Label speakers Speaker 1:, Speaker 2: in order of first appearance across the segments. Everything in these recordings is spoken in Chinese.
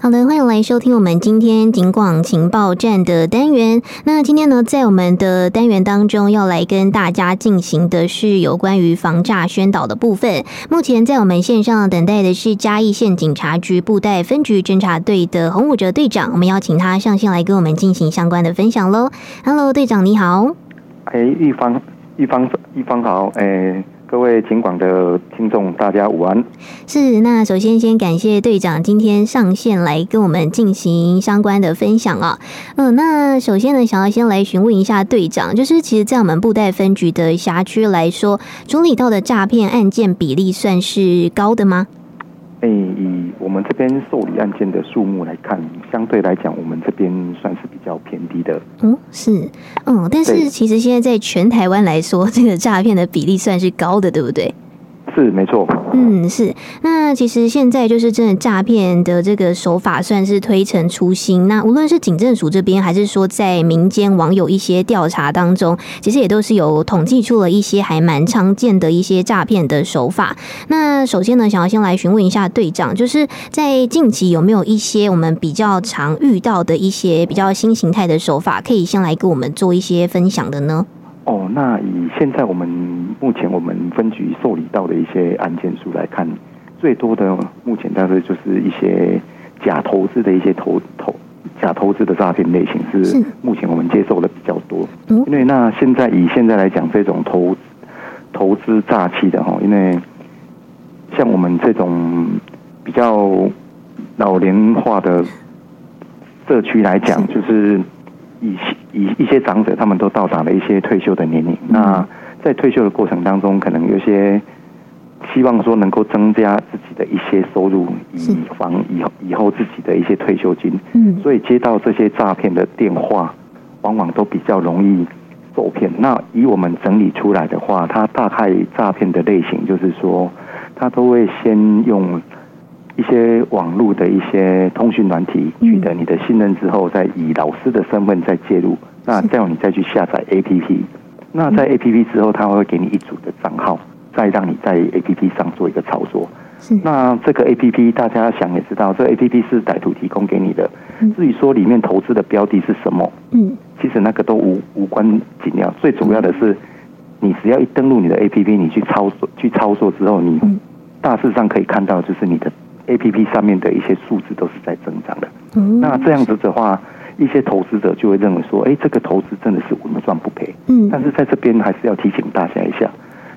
Speaker 1: 好的，欢迎来收听我们今天警广情报站的单元。那今天呢，在我们的单元当中，要来跟大家进行的是有关于防诈宣导的部分。目前在我们线上等待的是嘉义县警察局布袋分局侦查队的洪武哲队长，我们邀请他上线来跟我们进行相关的分享喽。Hello，队长你好。
Speaker 2: 哎，玉芳，玉芳，玉芳好，哎，各位警广的听众，大家午安。
Speaker 1: 是，那首先先感谢队长今天上线来跟我们进行相关的分享啊。嗯，那首先呢，想要先来询问一下队长，就是其实，在我们布袋分局的辖区来说，处理到的诈骗案件比例算是高的吗？
Speaker 2: 哎，以我们这边受理案件的数目来看，相对来讲，我们这边算是比较偏低的。
Speaker 1: 嗯，是，嗯，但是
Speaker 2: 对
Speaker 1: 其实现在在全台湾来说，这个诈骗的比例算是高的，对不对？
Speaker 2: 是，没错。
Speaker 1: 嗯，是。那其实现在就是真的诈骗的这个手法算是推陈出新。那无论是警政署这边，还是说在民间网友一些调查当中，其实也都是有统计出了一些还蛮常见的一些诈骗的手法。那首先呢，想要先来询问一下队长，就是在近期有没有一些我们比较常遇到的一些比较新形态的手法，可以先来跟我们做一些分享的呢？
Speaker 2: 哦，那以现在我们目前我们分局受理到的一些案件数来看，最多的目前大概就是一些假投资的一些投投假投资的诈骗类型
Speaker 1: 是
Speaker 2: 是目前我们接受的比较多。
Speaker 1: 嗯
Speaker 2: 因为那现在以现在来讲，这种投投资诈欺的哈，因为像我们这种比较老龄化的社区来讲，就是以以一些长者他们都到达了一些退休的年龄，那在退休的过程当中，可能有些希望说能够增加自己的一些收入，
Speaker 1: 是
Speaker 2: 以防以后以后自己的一些退休金。
Speaker 1: 嗯
Speaker 2: 所以接到这些诈骗的电话，往往都比较容易受骗。那以我们整理出来的话，它大概诈骗的类型就是说，它都会先用一些网络的一些通讯软体
Speaker 1: 嗯
Speaker 2: 取得你的信任之后，再以老师的身份再介入，那
Speaker 1: 是嗯
Speaker 2: 叫你再去下载 APP。那在 APP 之后，它会给你一组的账号，再让你在 APP 上做一个操作。
Speaker 1: 是
Speaker 2: 那这个 A P P 大家想也知道，这 A P P 是歹徒提供给你的
Speaker 1: 嗯。
Speaker 2: 至于说里面投资的标的是什么，
Speaker 1: 嗯
Speaker 2: 其实那个都无无关紧要。最主要的是，你只要一登录你的 A P P，你去操作去操作之后，你
Speaker 1: 嗯
Speaker 2: 大致上可以看到，就是你的 A P P 上面的一些数字都是在增长的。
Speaker 1: 嗯
Speaker 2: 那这样子的话，一些投资者就会认为说，哎，这个投资真的是稳赚不赔。
Speaker 1: 嗯
Speaker 2: 但是在这边还是要提醒大家一下，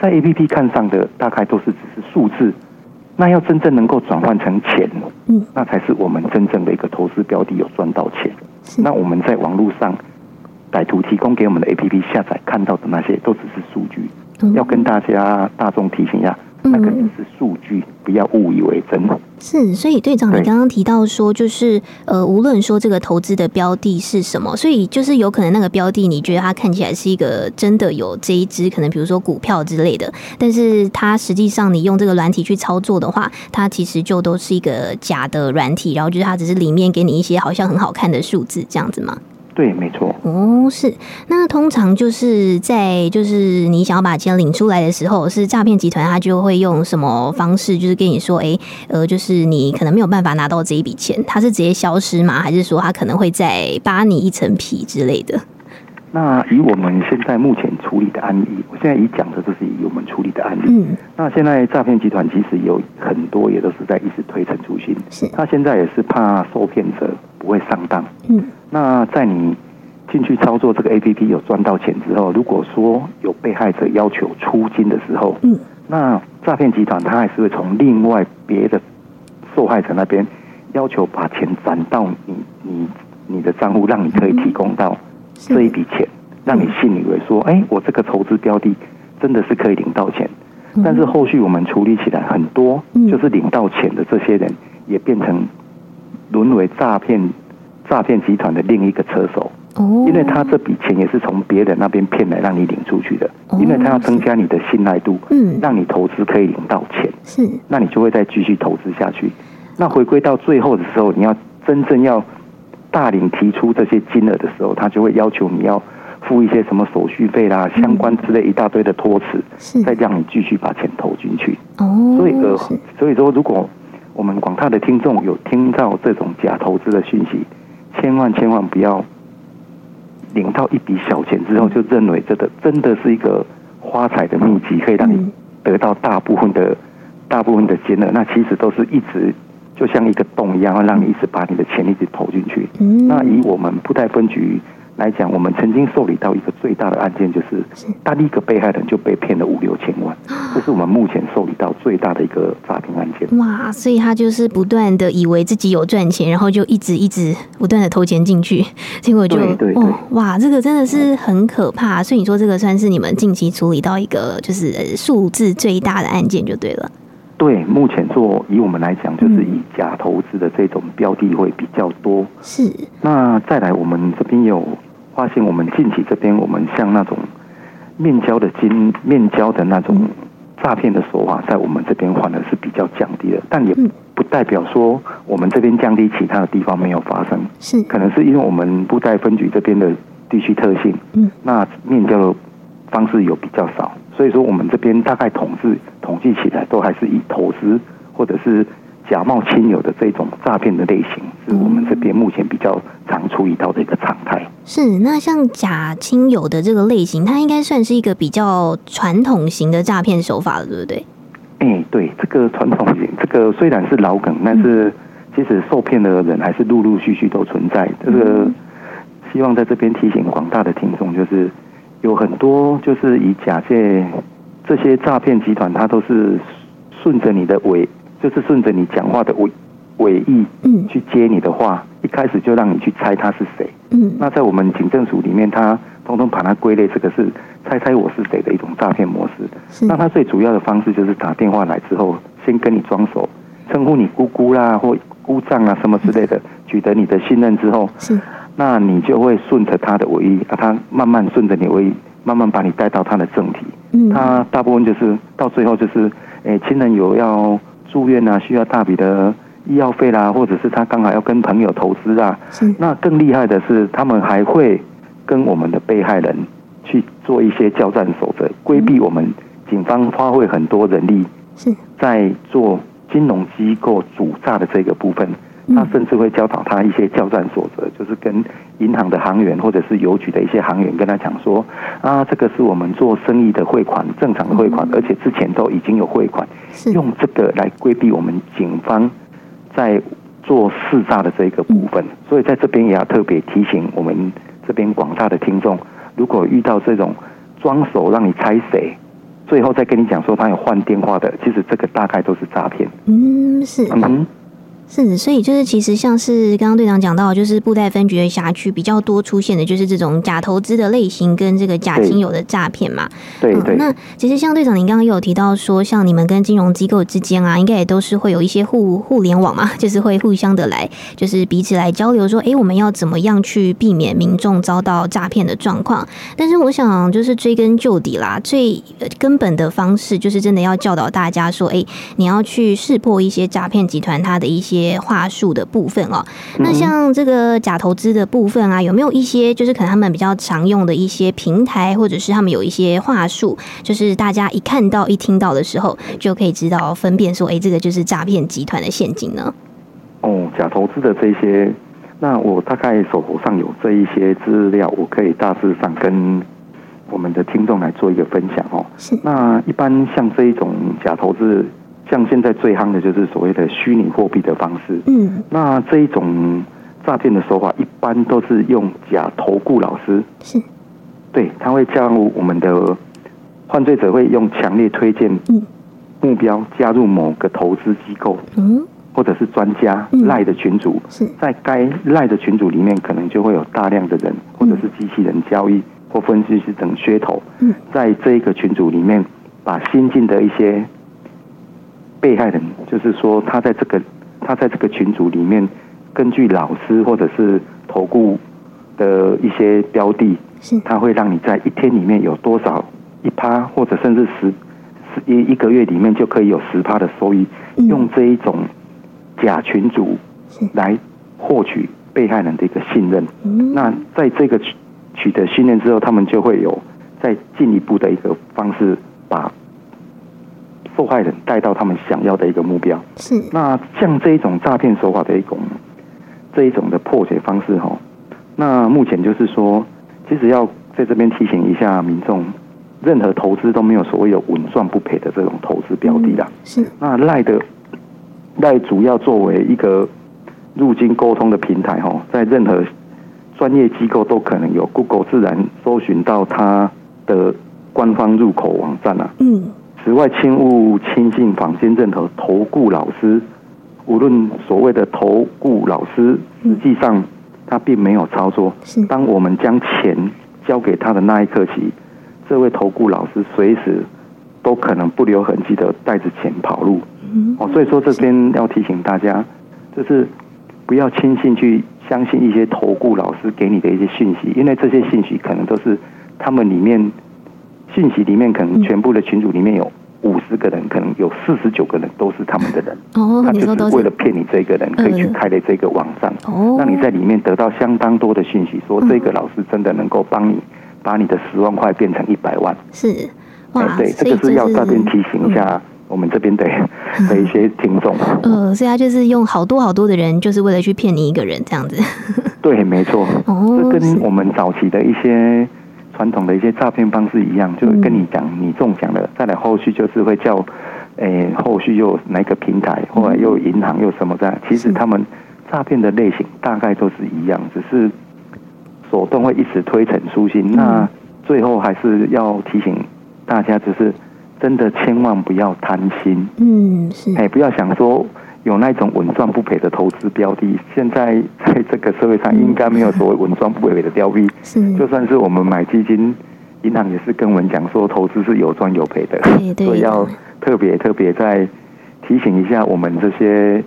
Speaker 2: 在 APP 看上的大概都是只是数字，那要真正能够转换成钱，
Speaker 1: 嗯
Speaker 2: 那才是我们真正的一个投资标的有赚到钱。
Speaker 1: 是
Speaker 2: 那我们在网络上，歹徒提供给我们的 APP 下载看到的那些都只是数据，
Speaker 1: 嗯
Speaker 2: 要跟大家大众提醒一下，
Speaker 1: 嗯
Speaker 2: 那个只是数据，不要误以为真。
Speaker 1: 是，所以队长，你
Speaker 2: 对
Speaker 1: 刚刚提到说，就是呃，无论说这个投资的标的是什么，所以就是有可能那个标的，你觉得它看起来是一个真的有这一只，可能比如说股票之类的，但是它实际上你用这个软体去操作的话，它其实就都是一个假的软体，然后就是它只是里面给你一些好像很好看的数字这样子吗？
Speaker 2: 对，没错。
Speaker 1: 哦，是。那通常就是在就是你想要把钱领出来的时候，是诈骗集团他就会用什么方式，就是跟你说，诶，呃，就是你可能没有办法拿到这一笔钱，他是直接消失吗？还是说他可能会再扒你一层皮之类的？
Speaker 2: 那以我们现在目前处理的案例，我现在以讲的就是以我们处理的案例。
Speaker 1: 嗯，
Speaker 2: 那现在诈骗集团其实有很多也都是在一直推陈出新，
Speaker 1: 是，
Speaker 2: 他现在也是怕受骗者不会上当。
Speaker 1: 嗯
Speaker 2: 那在你进去操作这个 APP 有赚到钱之后，如果说有被害者要求出金的时候，
Speaker 1: 嗯，
Speaker 2: 那诈骗集团他还是会从另外别的受害者那边要求把钱转到你你你的账户，让你可以提供到
Speaker 1: 嗯是
Speaker 2: 这一笔钱，让你信以为说，哎、我这个投资标的真的是可以领到钱。
Speaker 1: 嗯
Speaker 2: 但是后续我们处理起来很多
Speaker 1: 嗯，
Speaker 2: 就是领到钱的这些人也变成沦为诈骗诈骗集团的另一个车手，
Speaker 1: 哦，
Speaker 2: 因为他这笔钱也是从别人那边骗来让你领出去的
Speaker 1: 哦，
Speaker 2: 因为他要增加你的信赖度，
Speaker 1: 嗯
Speaker 2: 让你投资可以领到钱，
Speaker 1: 是
Speaker 2: 那你就会再继续投资下去。那回归到最后的时候，你要真正要大领提出这些金额的时候，他就会要求你要付一些什么手续费啦、相关之类一大堆的托辞，
Speaker 1: 是
Speaker 2: 再让你继续把钱投进去。
Speaker 1: 哦，
Speaker 2: 所以呃
Speaker 1: 是，
Speaker 2: 所以说如果我们广大的听众有听到这种假投资的讯息，千万千万不要领到一笔小钱之后就认为这个真的是一个发财的秘籍，可以让你得到大部分的大部分的金额。那其实都是一直就像一个洞一样，会让你一直把你的钱一直投进去。
Speaker 1: 嗯
Speaker 2: 那以我们布袋分局来讲，我们曾经受理到一个最大的案件，就是单一个被害人就被骗了五六千万，这是我们目前受理到最大的一个诈骗案件。
Speaker 1: 哇，所以他就是不断的以为自己有赚钱，然后就一直一直不断的投钱进去，结果就
Speaker 2: 对对对
Speaker 1: 哦哇，这个真的是很可怕。所以你说这个算是你们近期处理到一个就是呃数字最大的案件就对了。
Speaker 2: 对，目前做以我们来讲，就是以假投资的这种标的会比较多。
Speaker 1: 是，
Speaker 2: 那再来，我们这边有发现，我们近期这边我们像那种面交的金面交的那种诈骗的手法，在我们这边反而是比较降低的，但也
Speaker 1: 嗯
Speaker 2: 不代表说我们这边降低，其他的地方没有发生。
Speaker 1: 是，
Speaker 2: 可能是因为我们布袋分局这边的地区特性，
Speaker 1: 嗯，
Speaker 2: 那面交的方式有比较少，所以说我们这边大概统计统计起来，都还是以投资或者是假冒亲友的这种诈骗的类型，是我们这边目前比较常处理到的一个常态。
Speaker 1: 是，那像假亲友的这个类型，它应该算是一个比较传统型的诈骗手法了，对不对？
Speaker 2: 哎，对，这个传统型，这个虽然是老梗，但是其实受骗的人还是陆陆续续都存在。这个希望在这边提醒广大的听众，就是有很多就是以假借这些诈骗集团，它都是顺着你的尾，就是顺着你讲话的尾尾翼
Speaker 1: 嗯
Speaker 2: 去接你的话，一开始就让你去猜他是谁。
Speaker 1: 嗯，
Speaker 2: 那在我们警政署里面，它通通把它归类，这个是猜猜我是谁的一种诈骗模式。
Speaker 1: 是
Speaker 2: 那他最主要的方式就是打电话来之后，先跟你装熟，称呼你姑姑啦或姑丈啊什么之类的，取得你的信任之后，
Speaker 1: 是，
Speaker 2: 那你就会顺着他的尾翼，啊，他慢慢顺着你的尾翼，慢慢把你带到他的正题。
Speaker 1: 嗯，
Speaker 2: 他大部分就是到最后就是，诶，亲人有要住院啊，需要大笔的医药费啦，或者是他刚好要跟朋友投资啊，
Speaker 1: 是，
Speaker 2: 那更厉害的是，他们还会跟我们的被害人去做一些交战守则，规避我们警方花费很多人力
Speaker 1: 是，嗯
Speaker 2: 在做金融机构主诈的这个部分。
Speaker 1: 嗯
Speaker 2: 他甚至会教导他一些交战守则，就是跟银行的行员或者是邮局的一些行员跟他讲说，啊，这个是我们做生意的汇款，正常的汇款，而且之前都已经有汇款，
Speaker 1: 是，
Speaker 2: 用这个来规避我们警方在做试诈的这一个部分。所以在这边也要特别提醒我们这边广大的听众，如果遇到这种装手让你猜谁，最后再跟你讲说他有换电话的，其实这个大概都是诈骗。
Speaker 1: 嗯是。
Speaker 2: 嗯哼，
Speaker 1: 是，所以就是其实像是刚刚队长讲到，就是布袋分局的辖区比较多出现的就是这种假投资的类型跟这个假亲友的诈骗嘛。
Speaker 2: 对
Speaker 1: 嗯，
Speaker 2: 对。
Speaker 1: 那其实像队长您刚刚也有提到说，像你们跟金融机构之间啊，应该也都是会有一些互互联网嘛， 就是会互相的来，就是彼此来交流说，诶，我们要怎么样去避免民众遭到诈骗的状况？但是我想就是追根究底啦，最呃根本的方式就是真的要教导大家说，诶，你要去识破一些诈骗集团它的一些话术的部分哦。
Speaker 2: 嗯
Speaker 1: 那像这个假投资的部分啊，有没有一些就是可能他们比较常用的一些平台，或者是他们有一些话术，就是大家一看到、一听到的时候，就可以知道分辨说，哎、这个就是诈骗集团的陷阱呢？
Speaker 2: 哦，假投资的这些，那我大概手头上有这一些资料，我可以大致上跟我们的听众来做一个分享哦
Speaker 1: 是。
Speaker 2: 那一般像这一种假投资，像现在最夯的就是所谓的虚拟货币的方式。
Speaker 1: 嗯，
Speaker 2: 那这一种诈骗的手法，一般都是用假投顾老师，
Speaker 1: 是，
Speaker 2: 对，他会加入我们的犯罪者会用强烈推荐
Speaker 1: 嗯
Speaker 2: 目标加入某个投资机构
Speaker 1: 嗯，
Speaker 2: 或者是专家
Speaker 1: 嗯
Speaker 2: 赖的群组。
Speaker 1: 是，
Speaker 2: 在该赖的群组里面，可能就会有大量的人或者是机器人交易或分析师等噱头，
Speaker 1: 嗯
Speaker 2: 在这一个群组里面，把新进的一些被害人，就是说他在这个他在这个群组里面，根据老师或者是投顾的一些标的，
Speaker 1: 是，
Speaker 2: 它会让你在一天里面有多少一趴，或者甚至十十一一个月里面就可以有十趴的收益，
Speaker 1: 嗯
Speaker 2: 用这一种假群主
Speaker 1: 是
Speaker 2: 来获取被害人的一个信任。
Speaker 1: 嗯，
Speaker 2: 那在这个取取得信任之后，他们就会有再进一步的一个方式，把受害人带到他们想要的一个目标。
Speaker 1: 是
Speaker 2: 那像这一种诈骗手法的一种这一种的破解方式哈、那目前就是说，其实要在这边提醒一下民众，任何投资都没有所谓有稳赚不赔的这种投资标的啦。
Speaker 1: 嗯是
Speaker 2: 那赖的赖主要作为一个入境沟通的平台哈，在任何专业机构都可能有 Google 自然搜寻到它的官方入口网站啊。
Speaker 1: 嗯
Speaker 2: 此外，请勿亲近坊间任何投顾老师，无论所谓的投顾老师，实际上他并没有操作。
Speaker 1: 是
Speaker 2: 当我们将钱交给他的那一刻起，这位投顾老师随时都可能不留痕迹的带着钱跑路。
Speaker 1: 嗯
Speaker 2: 哦，所以说这边要提醒大家，就是不要轻信去相信一些投顾老师给你的一些讯息，因为这些信息可能都是他们里面信息里面可能全部的群组里面有五十个人，可能有四十九个人都是他们的人，
Speaker 1: 哦
Speaker 2: 他，
Speaker 1: 你说
Speaker 2: 就
Speaker 1: 都
Speaker 2: 是为了
Speaker 1: 是
Speaker 2: 骗你这个人，可以去
Speaker 1: 嗯
Speaker 2: 开的这个网站，
Speaker 1: 哦，嗯
Speaker 2: 让你在里面得到相当多的讯息，说这个老师真的能够帮你把你的十万块变成一百万。
Speaker 1: 是
Speaker 2: 哎，
Speaker 1: 哇，
Speaker 2: 对，
Speaker 1: 所以
Speaker 2: 这个
Speaker 1: 就是嗯
Speaker 2: 要这边提醒一下我们这边 的的一些听众。
Speaker 1: 呃，所以他就是用好多好多的人，就是为了去骗你一个人这样子。
Speaker 2: 对，没错，
Speaker 1: 哦
Speaker 2: 这
Speaker 1: 是
Speaker 2: 跟我们早期的一些传统的一些诈骗方式一样，就
Speaker 1: 嗯
Speaker 2: 跟你讲你中奖了，再来后续就是会叫，诶、后续又哪一个平台，后来又银行又什么的，其
Speaker 1: 嗯是
Speaker 2: 实他们诈骗的类型大概都是一样，只是手段会一直推陈出
Speaker 1: 嗯
Speaker 2: 新。那最后还是要提醒大家，就是真的千万不要贪心。
Speaker 1: 嗯，是，
Speaker 2: 哎，不要想说有那种稳赚不赔的投资标的，现在在这个社会上应该没有所谓稳赚不赔的标的。就是
Speaker 1: 嗯
Speaker 2: 算是我们买基金，银行也是跟我们讲说，投资是有赚有赔的，
Speaker 1: 对对
Speaker 2: 所以要特别特别再提醒一下我们这些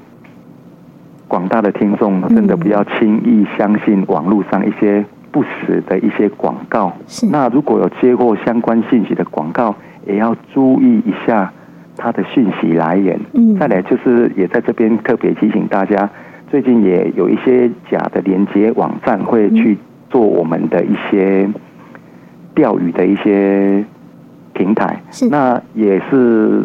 Speaker 2: 广大的听众，
Speaker 1: 嗯
Speaker 2: 真的不要轻易相信网络上一些不实的一些广告。
Speaker 1: 是
Speaker 2: 那如果有接过相关信息的广告，也要注意一下它的讯息来源。
Speaker 1: 嗯
Speaker 2: 再来就是也在这边特别提醒大家，最近也有一些假的连接网站会去做我们的一些钓鱼的一些平台
Speaker 1: 是，
Speaker 2: 那也是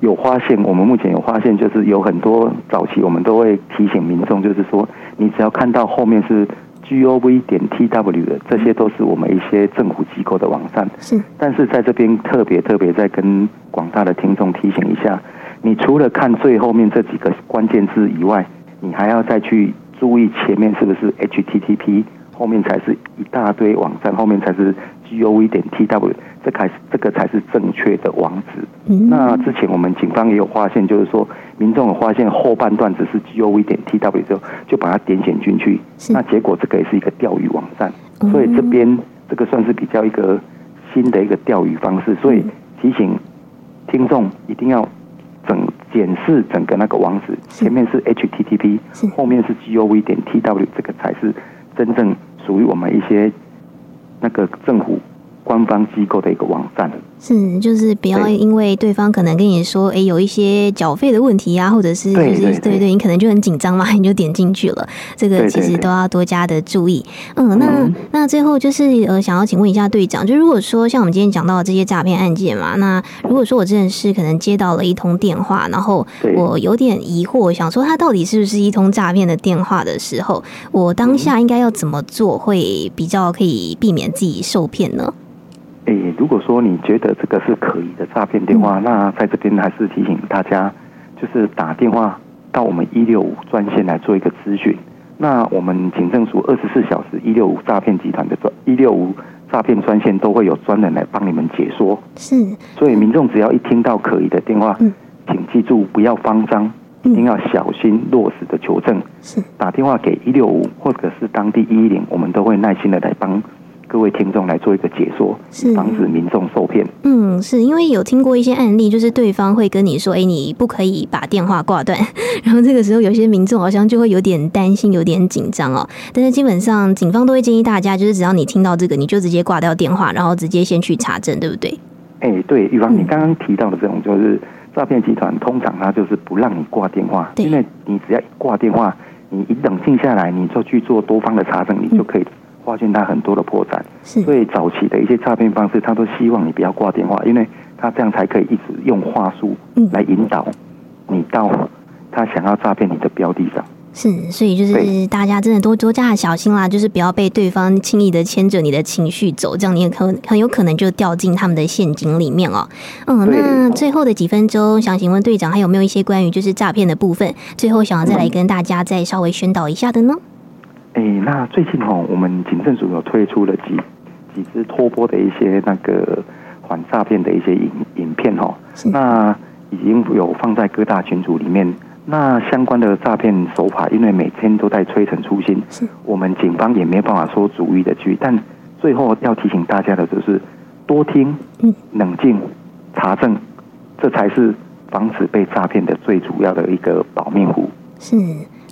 Speaker 2: 有发现，我们目前有发现，就是有很多早期我们都会提醒民众，就是说你只要看到后面是 gov 点 tw 的，这些都是我们一些政府机构的网站，
Speaker 1: 是
Speaker 2: 但是在这边特别特别再跟广大的听众提醒一下，你除了看最后面这几个关键字以外，你还要再去注意前面是不是 HTTP，后面才是一大堆网站，后面才是 GOV 点 TW，这才是这个才是正确的网址。
Speaker 1: 嗯，
Speaker 2: 那之前我们警方也有发现，就是说民众有发现后半段只是 GOV 点 TW 之后，就把它点选进去，
Speaker 1: 是
Speaker 2: 那结果这个也是一个钓鱼网站
Speaker 1: 哦，
Speaker 2: 所以这边这个算是比较一个新的一个钓鱼方
Speaker 1: 嗯
Speaker 2: 式，所以提醒听众一定要整检视整个那个网址，
Speaker 1: 是
Speaker 2: 前面是 HTTP，
Speaker 1: 是
Speaker 2: 后面是 GOV 点 TW，这个才是真正属于我们一些那个政府官方机构的一个网站。
Speaker 1: 是就是不要
Speaker 2: 对
Speaker 1: 因为对方可能跟你说，哎，有一些缴费的问题啊，或者是就是
Speaker 2: 对对
Speaker 1: 对
Speaker 2: 对
Speaker 1: 你可能就很紧张嘛， 你就点进去了，这个
Speaker 2: 对对
Speaker 1: 其实
Speaker 2: 对
Speaker 1: 都要多加的注意。嗯，那
Speaker 2: 嗯
Speaker 1: 那最后就是呃，想要请问一下队长，就如果说像我们今天讲到的这些诈骗案件嘛，那如果说我真的是可能接到了一通电话，然后
Speaker 2: 对
Speaker 1: 我有点疑惑，想说它到底是不是一通诈骗的电话的时候，我
Speaker 2: 嗯
Speaker 1: 当下应该要怎么做会比较可以避免自己受骗呢？
Speaker 2: 诶，如果说你觉得这个是可疑的诈骗电
Speaker 1: 嗯
Speaker 2: 话，那在这边还是提醒大家，就是打电话到我们一六五专线来做一个咨询。那我们警政署二十四小时一六五诈骗集团的专一六五诈骗专线都会有专人来帮你们解说。
Speaker 1: 是，
Speaker 2: 所以民众只要一听到可疑的电话，
Speaker 1: 嗯
Speaker 2: 请记住不要慌张，一定要小心落实的求证。
Speaker 1: 是，
Speaker 2: 打电话给一六五或者是当地一一零，我们都会耐心的来帮各位听众来做一个解说，
Speaker 1: 是
Speaker 2: 防止民众受骗。
Speaker 1: 嗯，是因为有听过一些案例，就是对方会跟你说：“哎、你不可以把电话挂断。” 然后这个时候，有些民众好像就会有点担心，有点紧张哦。但是基本上，警方都会建议大家，就是只要你听到这个，你就直接挂掉电话，然后直接先去查证，对不对？
Speaker 2: 哎、对，玉芳，
Speaker 1: 嗯
Speaker 2: 你刚刚提到的这种就是诈骗集团，通常他就是不让你挂电话，
Speaker 1: 对
Speaker 2: 因为你只要一挂电话，你一冷静下来，你就去做多方的查证，
Speaker 1: 嗯
Speaker 2: 你就可以发现他很多的破绽。
Speaker 1: 是，
Speaker 2: 所以早期的一些诈骗方式，他都希望你不要挂电话，因为那这样才可以一直用话术
Speaker 1: 嗯
Speaker 2: 来引导你到他想要诈骗你的标的上。
Speaker 1: 是，所以就是
Speaker 2: 对
Speaker 1: 大家真的多多加小心啦，就是不要被对方轻易的牵着你的情绪走，这样你也可很有可能就掉进他们的陷阱里面哦。嗯，
Speaker 2: 对
Speaker 1: 那最后的几分钟，想请问队长还有没有一些关于就是诈骗的部分，最后想要再来跟大家再稍微宣导一下的呢？
Speaker 2: 诶，哎那最近哈、哦，我们警政署有推出了几几支拖播的一些那个反诈骗的一些影影片哈、哦，
Speaker 1: 是
Speaker 2: 那已经有放在各大群组里面。那相关的诈骗手法，因为每天都在推陈出新
Speaker 1: 是，
Speaker 2: 我们警方也没办法说逐一的去。但最后要提醒大家的就是，多听
Speaker 1: 嗯、
Speaker 2: 冷静、查证，这才是防止被诈骗的最主要的一个保命
Speaker 1: 嗯
Speaker 2: 符。
Speaker 1: 是。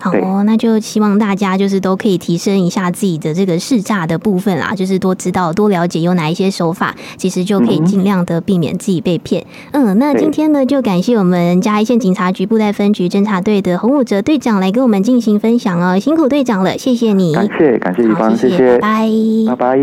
Speaker 1: 好
Speaker 2: 对
Speaker 1: 哦，那就希望大家就是都可以提升一下自己的这个试诈的部分啦，就是多知道、多了解有哪一些手法，其实就可以
Speaker 2: 嗯哼
Speaker 1: 尽量的避免自己被骗。嗯，那
Speaker 2: 对
Speaker 1: 今天呢，就感谢我们嘉义县警察局布袋分局侦查队的洪武哲队长来跟我们进行分享哦，辛苦队长了，谢谢你。
Speaker 2: 感谢，感谢一
Speaker 1: 好，
Speaker 2: 方，
Speaker 1: 谢谢，
Speaker 2: 谢谢，
Speaker 1: 拜拜
Speaker 2: 拜拜。